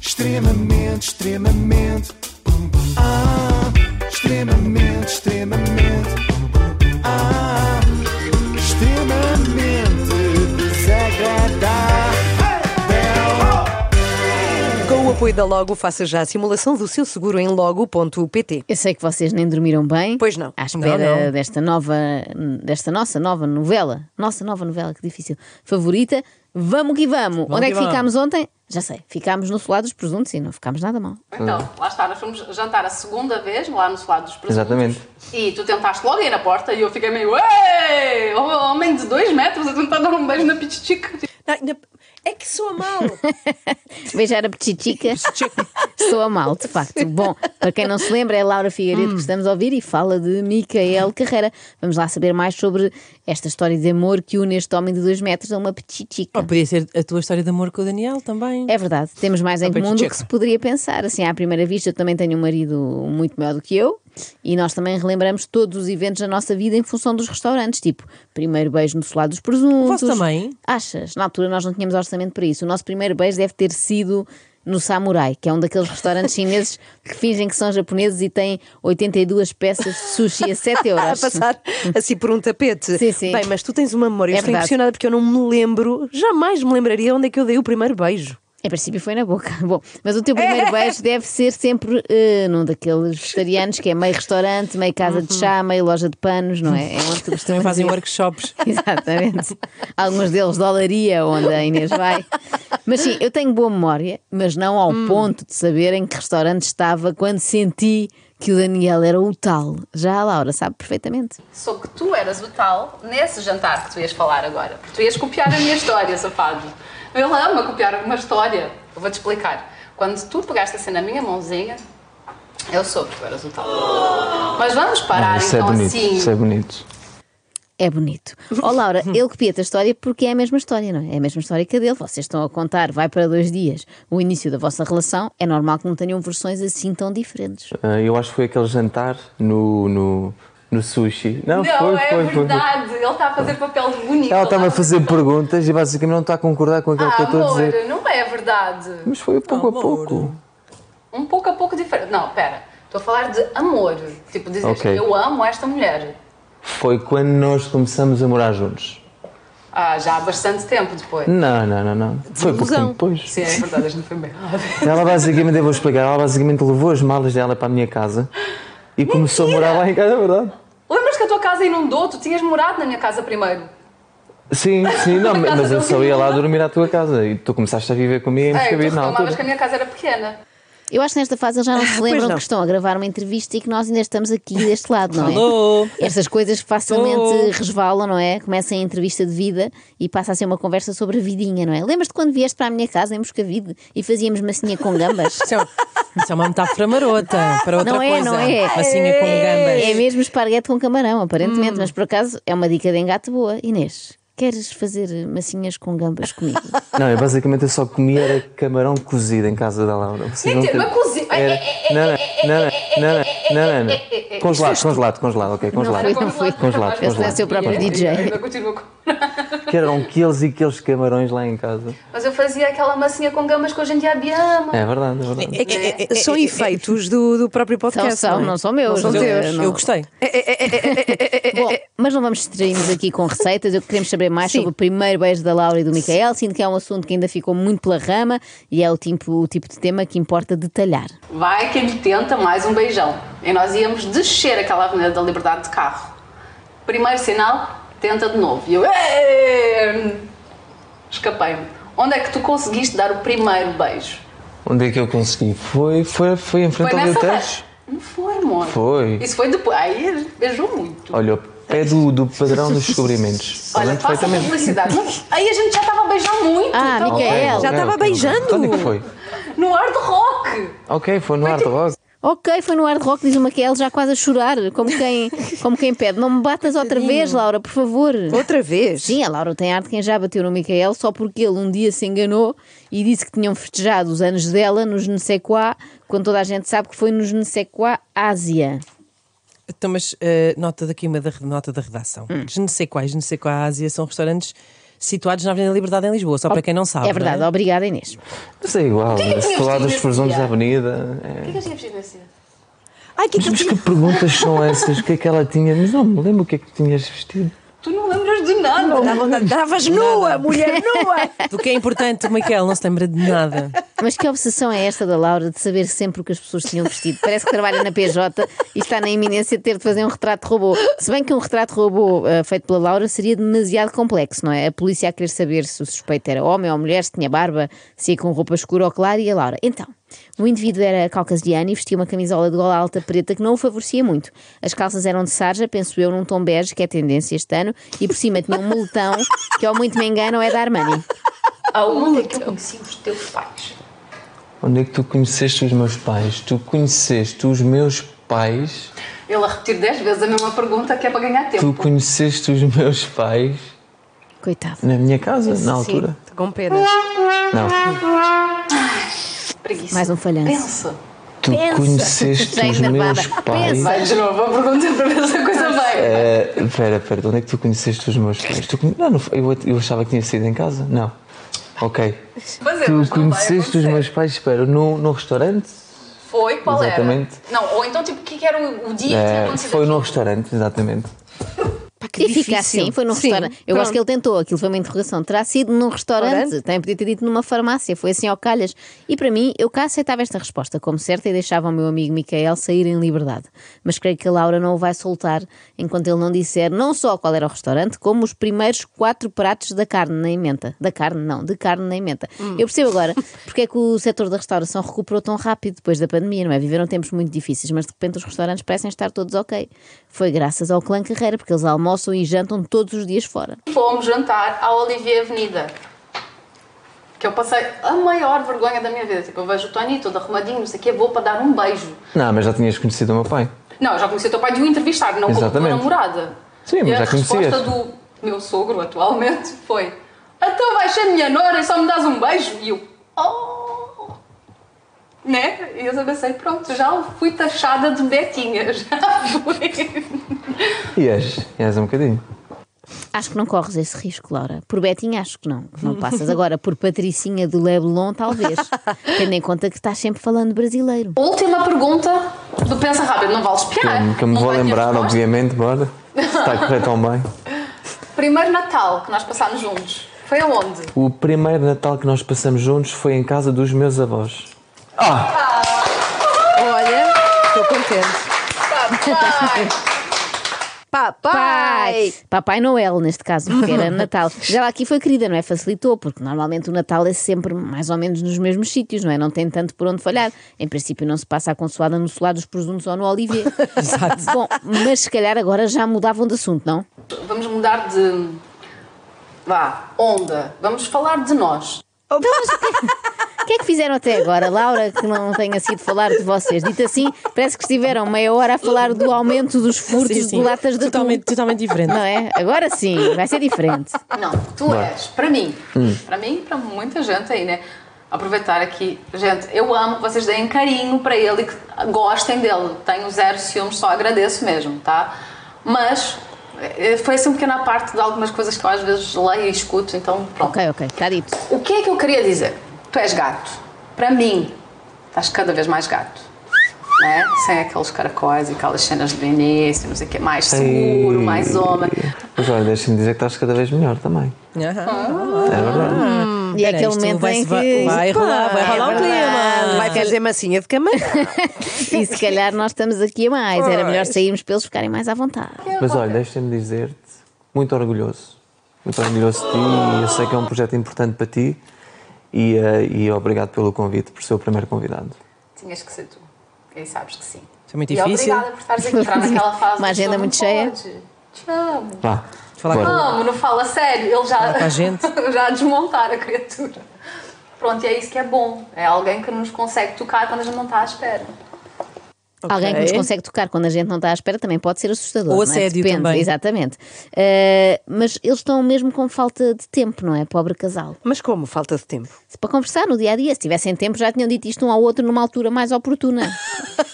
Extremamente, extremamente. Ah, extremamente, extremamente. Ah, extremamente desagradável. Com o apoio da Logo, faça já a simulação do seu seguro em logo.pt. Eu sei que vocês nem dormiram bem. Pois não. À espera Não, não. desta nova, desta nossa nova novela. Nossa nova novela, que difícil. Favorita. Vamos que vamos. Onde é que que vamos. ficámos ontem? Já sei. Ficámos no solado dos presuntos e não ficámos nada mal. Então, Ah. lá está, nós fomos jantar a segunda vez, lá no solado dos presuntos. Exatamente. E tu tentaste logo ir na porta e eu fiquei meio, ei, homem de dois metros a tentar dar um beijo na pititica. Não, não- É que soa mal. Beijar a petitica. Estou a mal, de facto. Bom, para quem não se lembra, é Laura Hum. Figueiredo que estamos a ouvir e fala de Micael Carreira. Vamos lá saber mais sobre esta história de amor que une este homem de dois metros a uma petitica. Ou podia ser a tua história de amor com o Daniel também. É verdade, temos mais em comum do que se poderia pensar. Assim, à primeira vista, eu também tenho um marido muito melhor do que eu e nós também relembramos todos os eventos da nossa vida em função dos restaurantes, tipo primeiro beijo no solado dos presuntos. vosso também? Achas? Na altura nós não tínhamos orçamento para isso. O nosso primeiro beijo deve ter sido no Samurai, que é um daqueles restaurantes chineses que fingem que são japoneses e têm 82 peças de sushi a 7 A euros. passar assim por um tapete. Sim, sim. Bem, mas tu tens uma memória. É Eu estou verdade. impressionada porque eu não me lembro, jamais me lembraria onde é que eu dei o primeiro beijo. Em princípio foi na boca. Bom, mas o teu primeiro beijo deve ser sempre eh, num daqueles vegetarianos que é meio restaurante, meio casa de chá, meio loja de panos, não é? É onde tu Também costumas fazem ir. workshops. Exatamente. Alguns deles dolaria onde a Inês vai. Mas sim, eu tenho boa memória, mas não ao ponto de saber em que restaurante estava quando senti que o Daniel era o tal. Já a Laura sabe perfeitamente. Soube que tu eras o tal nesse jantar que tu ias falar agora. Porque tu ias copiar a minha história, safado. Ele ama copiar uma história. Eu vou-te explicar. Quando tu pegaste assim na minha mãozinha, eu soube que tu eras o tal. Mas vamos parar isso é então bonito, assim. isso é bonito. é É bonito. Ó Laura, ele copia-te a história porque é a mesma história, não é? É a mesma história que a dele. Vocês estão a contar, vai para dois dias. O início da vossa relação é normal que não tenham versões assim tão diferentes. Ah, eu acho que foi aquele jantar no, no, no sushi. Não, Não, foi, é foi, foi, foi. verdade. Ele está a fazer papel de bonito. Ela estava a fazer por perguntas e basicamente não está a concordar com aquilo Ah, que eu estou a amor, dizer. não é verdade. Mas foi pouco a amor. pouco. Um pouco a pouco diferente. Não, pera. Estou a falar de amor. Tipo, dizer Ok. eu amo esta mulher. Foi quando nós começamos a morar juntos. Ah, já há bastante tempo depois. Não, não, não, não. Foi pouco tempo depois. Sim, é verdade, isto não foi bem. Ela basicamente, eu vou explicar, ela basicamente levou as malas dela para a minha casa e começou a morar lá em casa, é verdade? Lembras que a tua casa inundou? Tu tinhas morado na minha casa primeiro. Sim, sim, não, Na casa mas eu dele, só ia lá dormir à tua casa e tu começaste a viver comigo e me é, tu escrevi na reclamavas altura. que a minha casa era pequena. Eu acho que nesta fase eles Ah, já não se lembram não. que estão a gravar uma entrevista e que nós ainda estamos aqui deste lado, não é? Alô? Estas coisas facilmente Alô? resvalam, não é? Começa a entrevista de vida e passa a ser uma conversa sobre a vidinha, não é? Lembras-te quando vieste para a minha casa em Moscavide e fazíamos massinha com gambas? Isso é, isso é uma metáfora marota para outra Não é, coisa. não é. Massinha com gambas. Hum. É mesmo esparguete com camarão, aparentemente, mas por acaso é uma dica de engate boa. Inês, queres fazer massinhas com gambas comigo? Não, eu basicamente eu só comia era camarão cozido em casa da Laura. Vocês Mentira, nunca- mas cozido- Era- Não, não, não, não, não, não, não, não. Congelado, congelado, congelado, ok, congelado. Não foi. Congelado, Esse não é o congelado. seu próprio Ainda- DJ. ainda continuo com- Que eram quilos e quilos de camarões lá em casa. Mas eu fazia aquela massinha com gamas que hoje em dia a Bia ama. É verdade, é verdade. É que- é- é- São efeitos do, do próprio São, podcast. são, é? não são meus. Não são não- teus. não- Eu gostei. Bom, É, mas não vamos distrair-nos aqui com receitas. Eu queremos saber mais sobre o primeiro beijo da Laura e do Micael. Sinto que é um assunto que ainda ficou muito pela rama e é o tipo, o tipo de tema que importa detalhar. Vai que ele tenta mais um beijão. E nós íamos descer aquela Avenida da Liberdade de carro. Primeiro sinal, tenta de novo. E eu. "Ê!" Escapei-me. Onde é que tu conseguiste dar o primeiro beijo? Onde é que eu consegui? Foi, foi, foi em frente ao nessa Leitejo. vez? Não foi, amor. Foi. Isso foi depois. Aí beijou muito. Olha, o pé do, do padrão dos descobrimentos. Olha, Lembro faça perfeitamente. publicidade. Não- Aí a gente já estava a beijar muito. Ah, então, Micael. Ok, Já ok, tava ok, ok. beijando. Onde é que foi? No ar do rock. Ok, foi no Hard Rock. Ok, foi no hard rock, diz o Micael, já quase a chorar, como quem, como quem pede. Não me batas outra vez, Laura, por favor. Outra vez. Sim, a Laura tem arte quem já bateu no Micael só porque ele um dia se enganou e disse que tinham festejado os anos dela nos Nesequá, quando toda a gente sabe que foi nos Nesequá Ásia. Hum. Então, mas eh, nota daqui, uma da, nota da redação. Je ne sais quais, je ne sais quais Ásia são restaurantes situados na Avenida Liberdade em Lisboa, Oh, só para quem não sabe. É verdade, não obrigada Inês. Mas é igual, que é que se tínhamos falar dos tido presuntos nesse dia? da avenida. é- O que é que eu tinha vestido nesse dia? Ai, que Mas, mas que perguntas são essas? O que é que ela tinha? Mas não me lembro o que é que tu tinhas vestido. Tu não lembras de nada. Dá vontade- Davas nua, mulher nua! Do que é importante, Miquel, não se lembra de nada. Mas que obsessão é esta da Laura de saber sempre o que as pessoas tinham vestido? Parece que trabalha na PJ e está na iminência de ter de fazer um retrato robô. Se bem que um retrato robô eh, feito pela Laura seria demasiado complexo, não é? A polícia a querer saber se o suspeito era homem ou mulher, se tinha barba, se ia com roupa escura ou clara e a Laura. Então, o indivíduo era caucasiano e vestia uma camisola de gola alta preta que não o favorecia muito. As calças eram de sarja, penso eu, num tom bege, que é tendência este ano, e por cima tinha um moletão que, ao muito me engano, é da Armani. Aonde é que eu conheci os teus pais? Onde é que tu conheceste os meus pais? Tu conheceste os meus pais? Ele a repetir 10 vezes a mesma pergunta que é para ganhar Tu tempo. conheceste os meus pais Coitado. na minha casa, na altura? Sim, com penas. Não. Preguiça. Mais um falhanço. Pensa. Tu conheceste Já os ainda meus bada. pais. Pensa. Vai de novo a pergunta para ver se a coisa vai. Eh, Pera, pera, onde é que tu conheceste os meus pais? Tu conhe- Não, não foi- eu, eu achava que tinha sido em casa? Não. Ok. Pois é, Tu mas não vai conheceste os acontecer. meus pais, espera, no, no restaurante? Foi, qual Exatamente. era? Não, ou então, tipo, o que que era o o dia que tinha Eh, acontecido? foi no aquilo? restaurante, exatamente. e fica assim, foi num Sim, restaurante. Eu acho que ele tentou, aquilo foi uma interrogação. Terá sido num restaurante, Restaurante? tem podido ter dito numa farmácia, foi assim ao calhas. E para mim, eu cá aceitava esta resposta como certa e deixava o meu amigo Micael sair em liberdade. Mas creio que a Laura não o vai soltar enquanto ele não disser não só qual era o restaurante, como os primeiros quatro pratos da carne na emenda. Da carne, não, de carne na emenda. Eu percebo agora porque é que o setor da restauração recuperou tão rápido depois da pandemia, não é? Viveram tempos muito difíceis, mas de repente os restaurantes parecem estar todos ok. Foi graças ao clã Carreira, porque eles almoçam e jantam todos os dias fora. Fomos jantar à Olivier Avenida. Que eu passei a maior vergonha da minha vida. Tipo, eu vejo o Tony todo arrumadinho, não sei o quê, vou para dar um beijo. Não, mas já tinhas conhecido o meu pai. Não, eu já conheci o teu pai de o entrevistar, não como tua Exatamente. namorada. Sim, mas e a já conhecias. resposta do meu sogro atualmente foi: Então vais ser minha nora e só me dás um beijo? E eu, oh! Né? E eu só pensei: Pronto, já fui taxada de betinha, já fui. E és, e és um bocadinho. Acho que não corres esse risco, Laura. Por Betinha, acho que não. que Não passas agora. Por Patricinha do Leblon, talvez. Tendo em conta que estás sempre falando brasileiro. Última pergunta do Pensa Rápido, não vales Que, piar. eu- que eu me Não vou vai ter lembrar, resposta. obviamente, bora. Está a correr tão bem. Primeiro Natal que nós passámos juntos foi aonde? O primeiro Natal que nós passamos juntos foi em casa dos meus avós. Olha, estou contente. Papai! Pai! Papai Noel, neste caso, porque era Natal. Já lá aqui foi querida, não é? Facilitou, porque normalmente o Natal é sempre mais ou menos nos mesmos sítios, não é? Não tem tanto por onde falhar. Em princípio, não se passa a consoada no solar dos presuntos ou no Olivier. Exato. Bom, mas se calhar agora já mudavam de assunto, não? Vamos mudar de. Vá, onda. Vamos falar de nós. O que é que fizeram até agora, Laura, que não tenha sido falar de vocês? Dito assim, parece que estiveram meia hora a falar do aumento dos furtos Sim, de sim. latas de atum. Totalmente, totalmente diferente. Não é? Agora sim, vai ser diferente. Não, tu és, para mim, para mim e para muita gente aí, né? Aproveitar aqui, gente, eu amo que vocês deem carinho para ele e que gostem dele. Tenho zero ciúmes, só agradeço mesmo, tá? Mas eh, foi assim um pequeno à parte de algumas coisas que eu às vezes leio e escuto, então pronto. Ok, ok, está dito. O que é que eu queria dizer? Tu és gato. Para mim, estás cada vez mais gato. Né? Sem aqueles caracóis e aquelas cenas do início, não sei o que, mais seguro, Ei. mais homem. Mas olha, deixa-me dizer que estás cada vez melhor também. É verdade. E é Hum. Espera, aquele isto momento vai, em que. é vai, vai rolar, vai rolar um clima. Vai fazer massinha de camarão. E se calhar nós estamos aqui a mais. Era melhor sairmos para eles ficarem mais à vontade. Mas olha, deixa-me dizer-te, muito orgulhoso. Muito orgulhoso de ti e eu sei que é um projeto importante para ti. E, eh, e obrigado pelo convite, por ser o primeiro convidado. Tinhas que ser tu. E sabes que sim. Foi muito e difícil. obrigada por estares aqui entrar naquela fase. Uma do agenda "Não muito cheia." pode. Te amo. Vá, Falar bora. Amo, não fala sério. Ele já, com a gente. já a desmontar a criatura. Pronto, e é isso que é bom. É alguém que nos consegue tocar quando a gente não está à espera. Alguém que nos consegue tocar quando a gente não está à espera também pode ser assustador. Ou não é? assédio Depende, também. Exatamente. Eh, mas eles estão mesmo com falta de tempo, não é? Pobre casal. Mas como? Falta de tempo. Se para conversar no dia a dia, se tivessem tempo, já tinham dito isto um ao outro numa altura mais oportuna.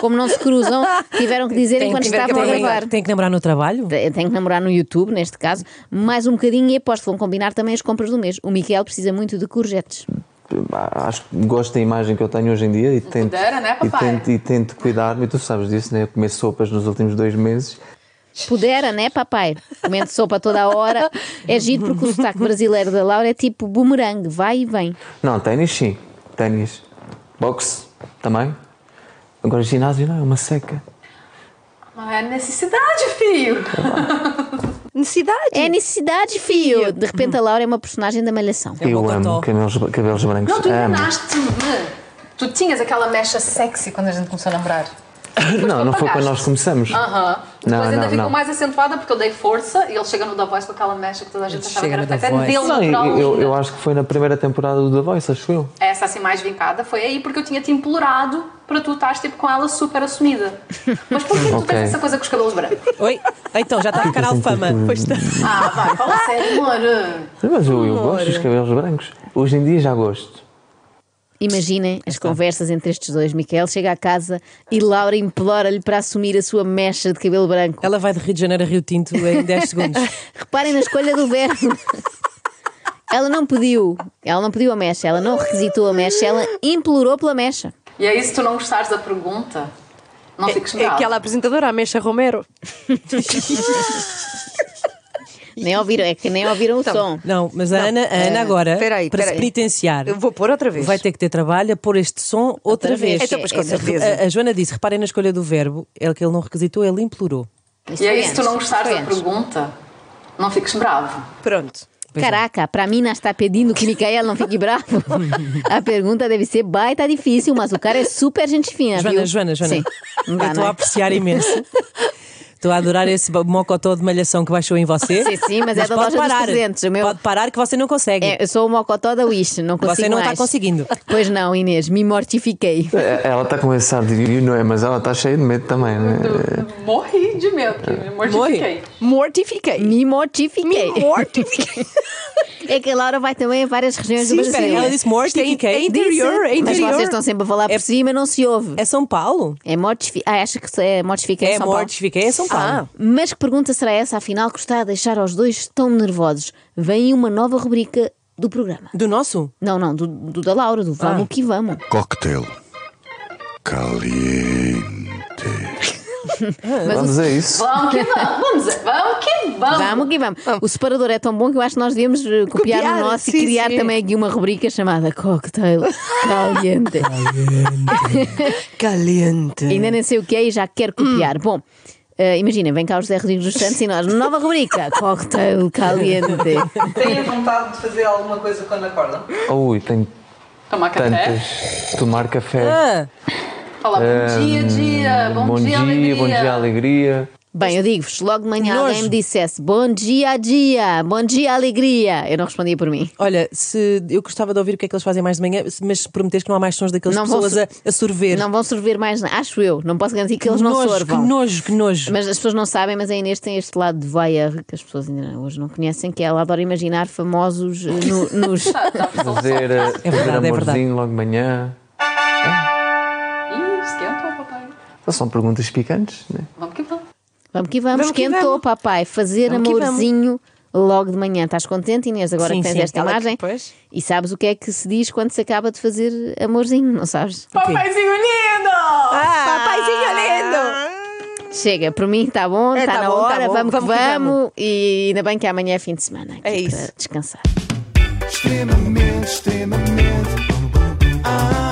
como não se cruzam, tiveram que dizer enquanto que, estavam a tem- gravar. tem que namorar no trabalho? Te- Tenho que namorar no YouTube, neste caso, mais um bocadinho e aposto que vão combinar também as compras do mês. O Miquel precisa muito de courgettes. Acho que gosto da imagem que eu tenho hoje em dia e tento, pudera, né, e papai? tento, e tento cuidar-me. E tu sabes disso, né? Eu comer sopas nos últimos dois meses. Pudera, né, papai? Comendo sopa toda a hora. É giro porque o sotaque brasileiro da Laura é tipo bumerangue, vai e vem. Não, ténis sim. Ténis. Boxe também. Agora ginásio não, é uma seca. Não é necessidade, filho. Necessidade? É necessidade, fio! De repente a Laura é uma personagem da malhação. É um eu bocotó. amo cabelos, cabelos brancos. Não, tu amo. enganaste-me. Tu tinhas aquela mecha sexy quando a gente começou a namorar. Não, não foi apagaste. quando nós começamos. Aham. Não, Depois ainda não, ficou não. mais acentuada porque eu dei força e ele chega no Da Voice com aquela mecha que toda a gente Ele achava que era chega no The feita dele Voice. Não, e- natural. eu, linda. eu acho que foi na primeira temporada do The Voice, acho eu. Essa assim mais vincada foi aí porque eu tinha-te implorado para tu estares tipo com ela super assumida. Mas por que tu Ok. tens essa coisa com os cabelos brancos? Oi? Então, já está a ficar Fica sempre alfama. com- Pois está. Ah, vai, fala sério, amor. Mas eu, eu gosto dos cabelos brancos. Hoje em dia já gosto. Imaginem as conversas entre estes dois. Miquel chega à casa e Laura implora-lhe para assumir a sua mecha de cabelo branco. Ela vai de Rio de Janeiro a Rio Tinto em 10 segundos. Reparem na escolha do verbo. Ela não pediu, ela não pediu a mecha, ela não requisitou a mecha, ela implorou pela mecha. E aí, se tu não gostares da pergunta, não fiques É mal. aquela apresentadora, a Mecha Romero. Nem ouviram, é que nem ouviram o Então, som. Não, mas a Ana, a Ana agora, Eh, espera aí, para espera se aí. penitenciar, Eu vou pôr outra vez. vai ter que ter trabalho a pôr este som outra, Outra vez. vez. Então, pois com É, certeza. A, a Joana disse: reparem na escolha do verbo, é que ele não requisitou, ele implorou. Isso E foi aí, se tu não antes, gostares foi da antes. pergunta, não fiques bravo. Pronto. é. Caraca, para mim não está pedindo que Micael não fique bravo. A pergunta deve ser baita difícil, mas o cara é super gente fina. Joana, viu? Joana, Joana, Sim. Não eu dá, estou a não é? apreciar imenso. Estou a adorar esse mocotó de malhação que baixou em você. Sim, sim, mas é da pode loja dos parar. presentes, o meu- Pode parar que você não consegue. É, eu sou o mocotó da Wish, não consigo Você não está mais. conseguindo. Pois não, Inês, me mortifiquei. É- Ela está a começar de ir, não é? Mas ela está cheia de medo também, né? Morri de medo, que me mortifiquei. Mortifiquei. Me mortifiquei. Mortifiquei. É que a Laura vai também a várias regiões Sim, do espera, Brasil. ela disse morte Isto e é quem? interior, é Mas interior. vocês estão sempre a falar É- por cima, não se ouve. É São Paulo? É mortifi... Ah, acha que é mortifiquei É São Paulo. Ah. morte, fiquei. É São Paulo. Mas que pergunta será essa, afinal, que está a deixar os dois tão nervosos? Vem uma nova rubrica do programa. Do nosso? Não, não, do, do da Laura, do Vamos Ah. que Vamos. Cocktail. Caliente. Vamos a isso. Vamos que vamos, vamos, vamos que vamos. Vamos que vamos. O separador é tão bom que eu acho que nós devíamos eh, copiar, Copiar, o nosso sim, e criar sim. também aqui uma rubrica chamada Cocktail Caliente. Caliente. Ainda nem sei o que é e já quero copiar. Bom, eh, imaginem, vem cá o José Rodrigues dos Santos e nós, nova rubrica, Cocktail Caliente. Têm vontade de fazer alguma coisa quando acordam? Ui, tenho Tomar café. tantas. Tomar café. Ah, Falar bom dia, dia, bom, dia, alegria. Hum, bom dia, alegria. Bem, eu digo-vos, logo de manhã Que alguém nojo. me dissesse bom dia, dia, bom dia, alegria. Eu não respondia por mim. olha, se eu gostava de ouvir o que é que eles fazem mais de manhã, se- mas se prometeres que não há mais sons daquelas Não vão pessoas sor- a, a sorver. Não vão sorver mais, nada. acho eu. Não posso garantir que eles não nojo, sorvam. Que nojo, que nojo. Mas as pessoas não sabem, mas a Inês tem este lado de voyeur que as pessoas ainda não- hoje não conhecem, que é ela adora imaginar famosos eh, no- nos. Fazer, eh, fazer verdade, é verdade. amorzinho logo de manhã. Ih, esquentou, papai. Só São perguntas picantes, né? Vamos que vamos. Vamos que vamos, Vamos que esquentou, vamos. papai, fazer Vamos que amorzinho logo de manhã. Estás contente, Inês, agora Sim, que tens sim. esta Ela que imagem? depois- E sabes o que é que se diz quando se acaba de fazer amorzinho, não sabes? Tá Papaizinho lindo! Papaizinho lindo. Chega, por mim está bom, É, está tá na bom, tá hora, bom, vamos, vamos que que vamos. E ainda bem que amanhã é fim de semana. aqui É para isso. Descansar. extremamente, extremamente. Ah,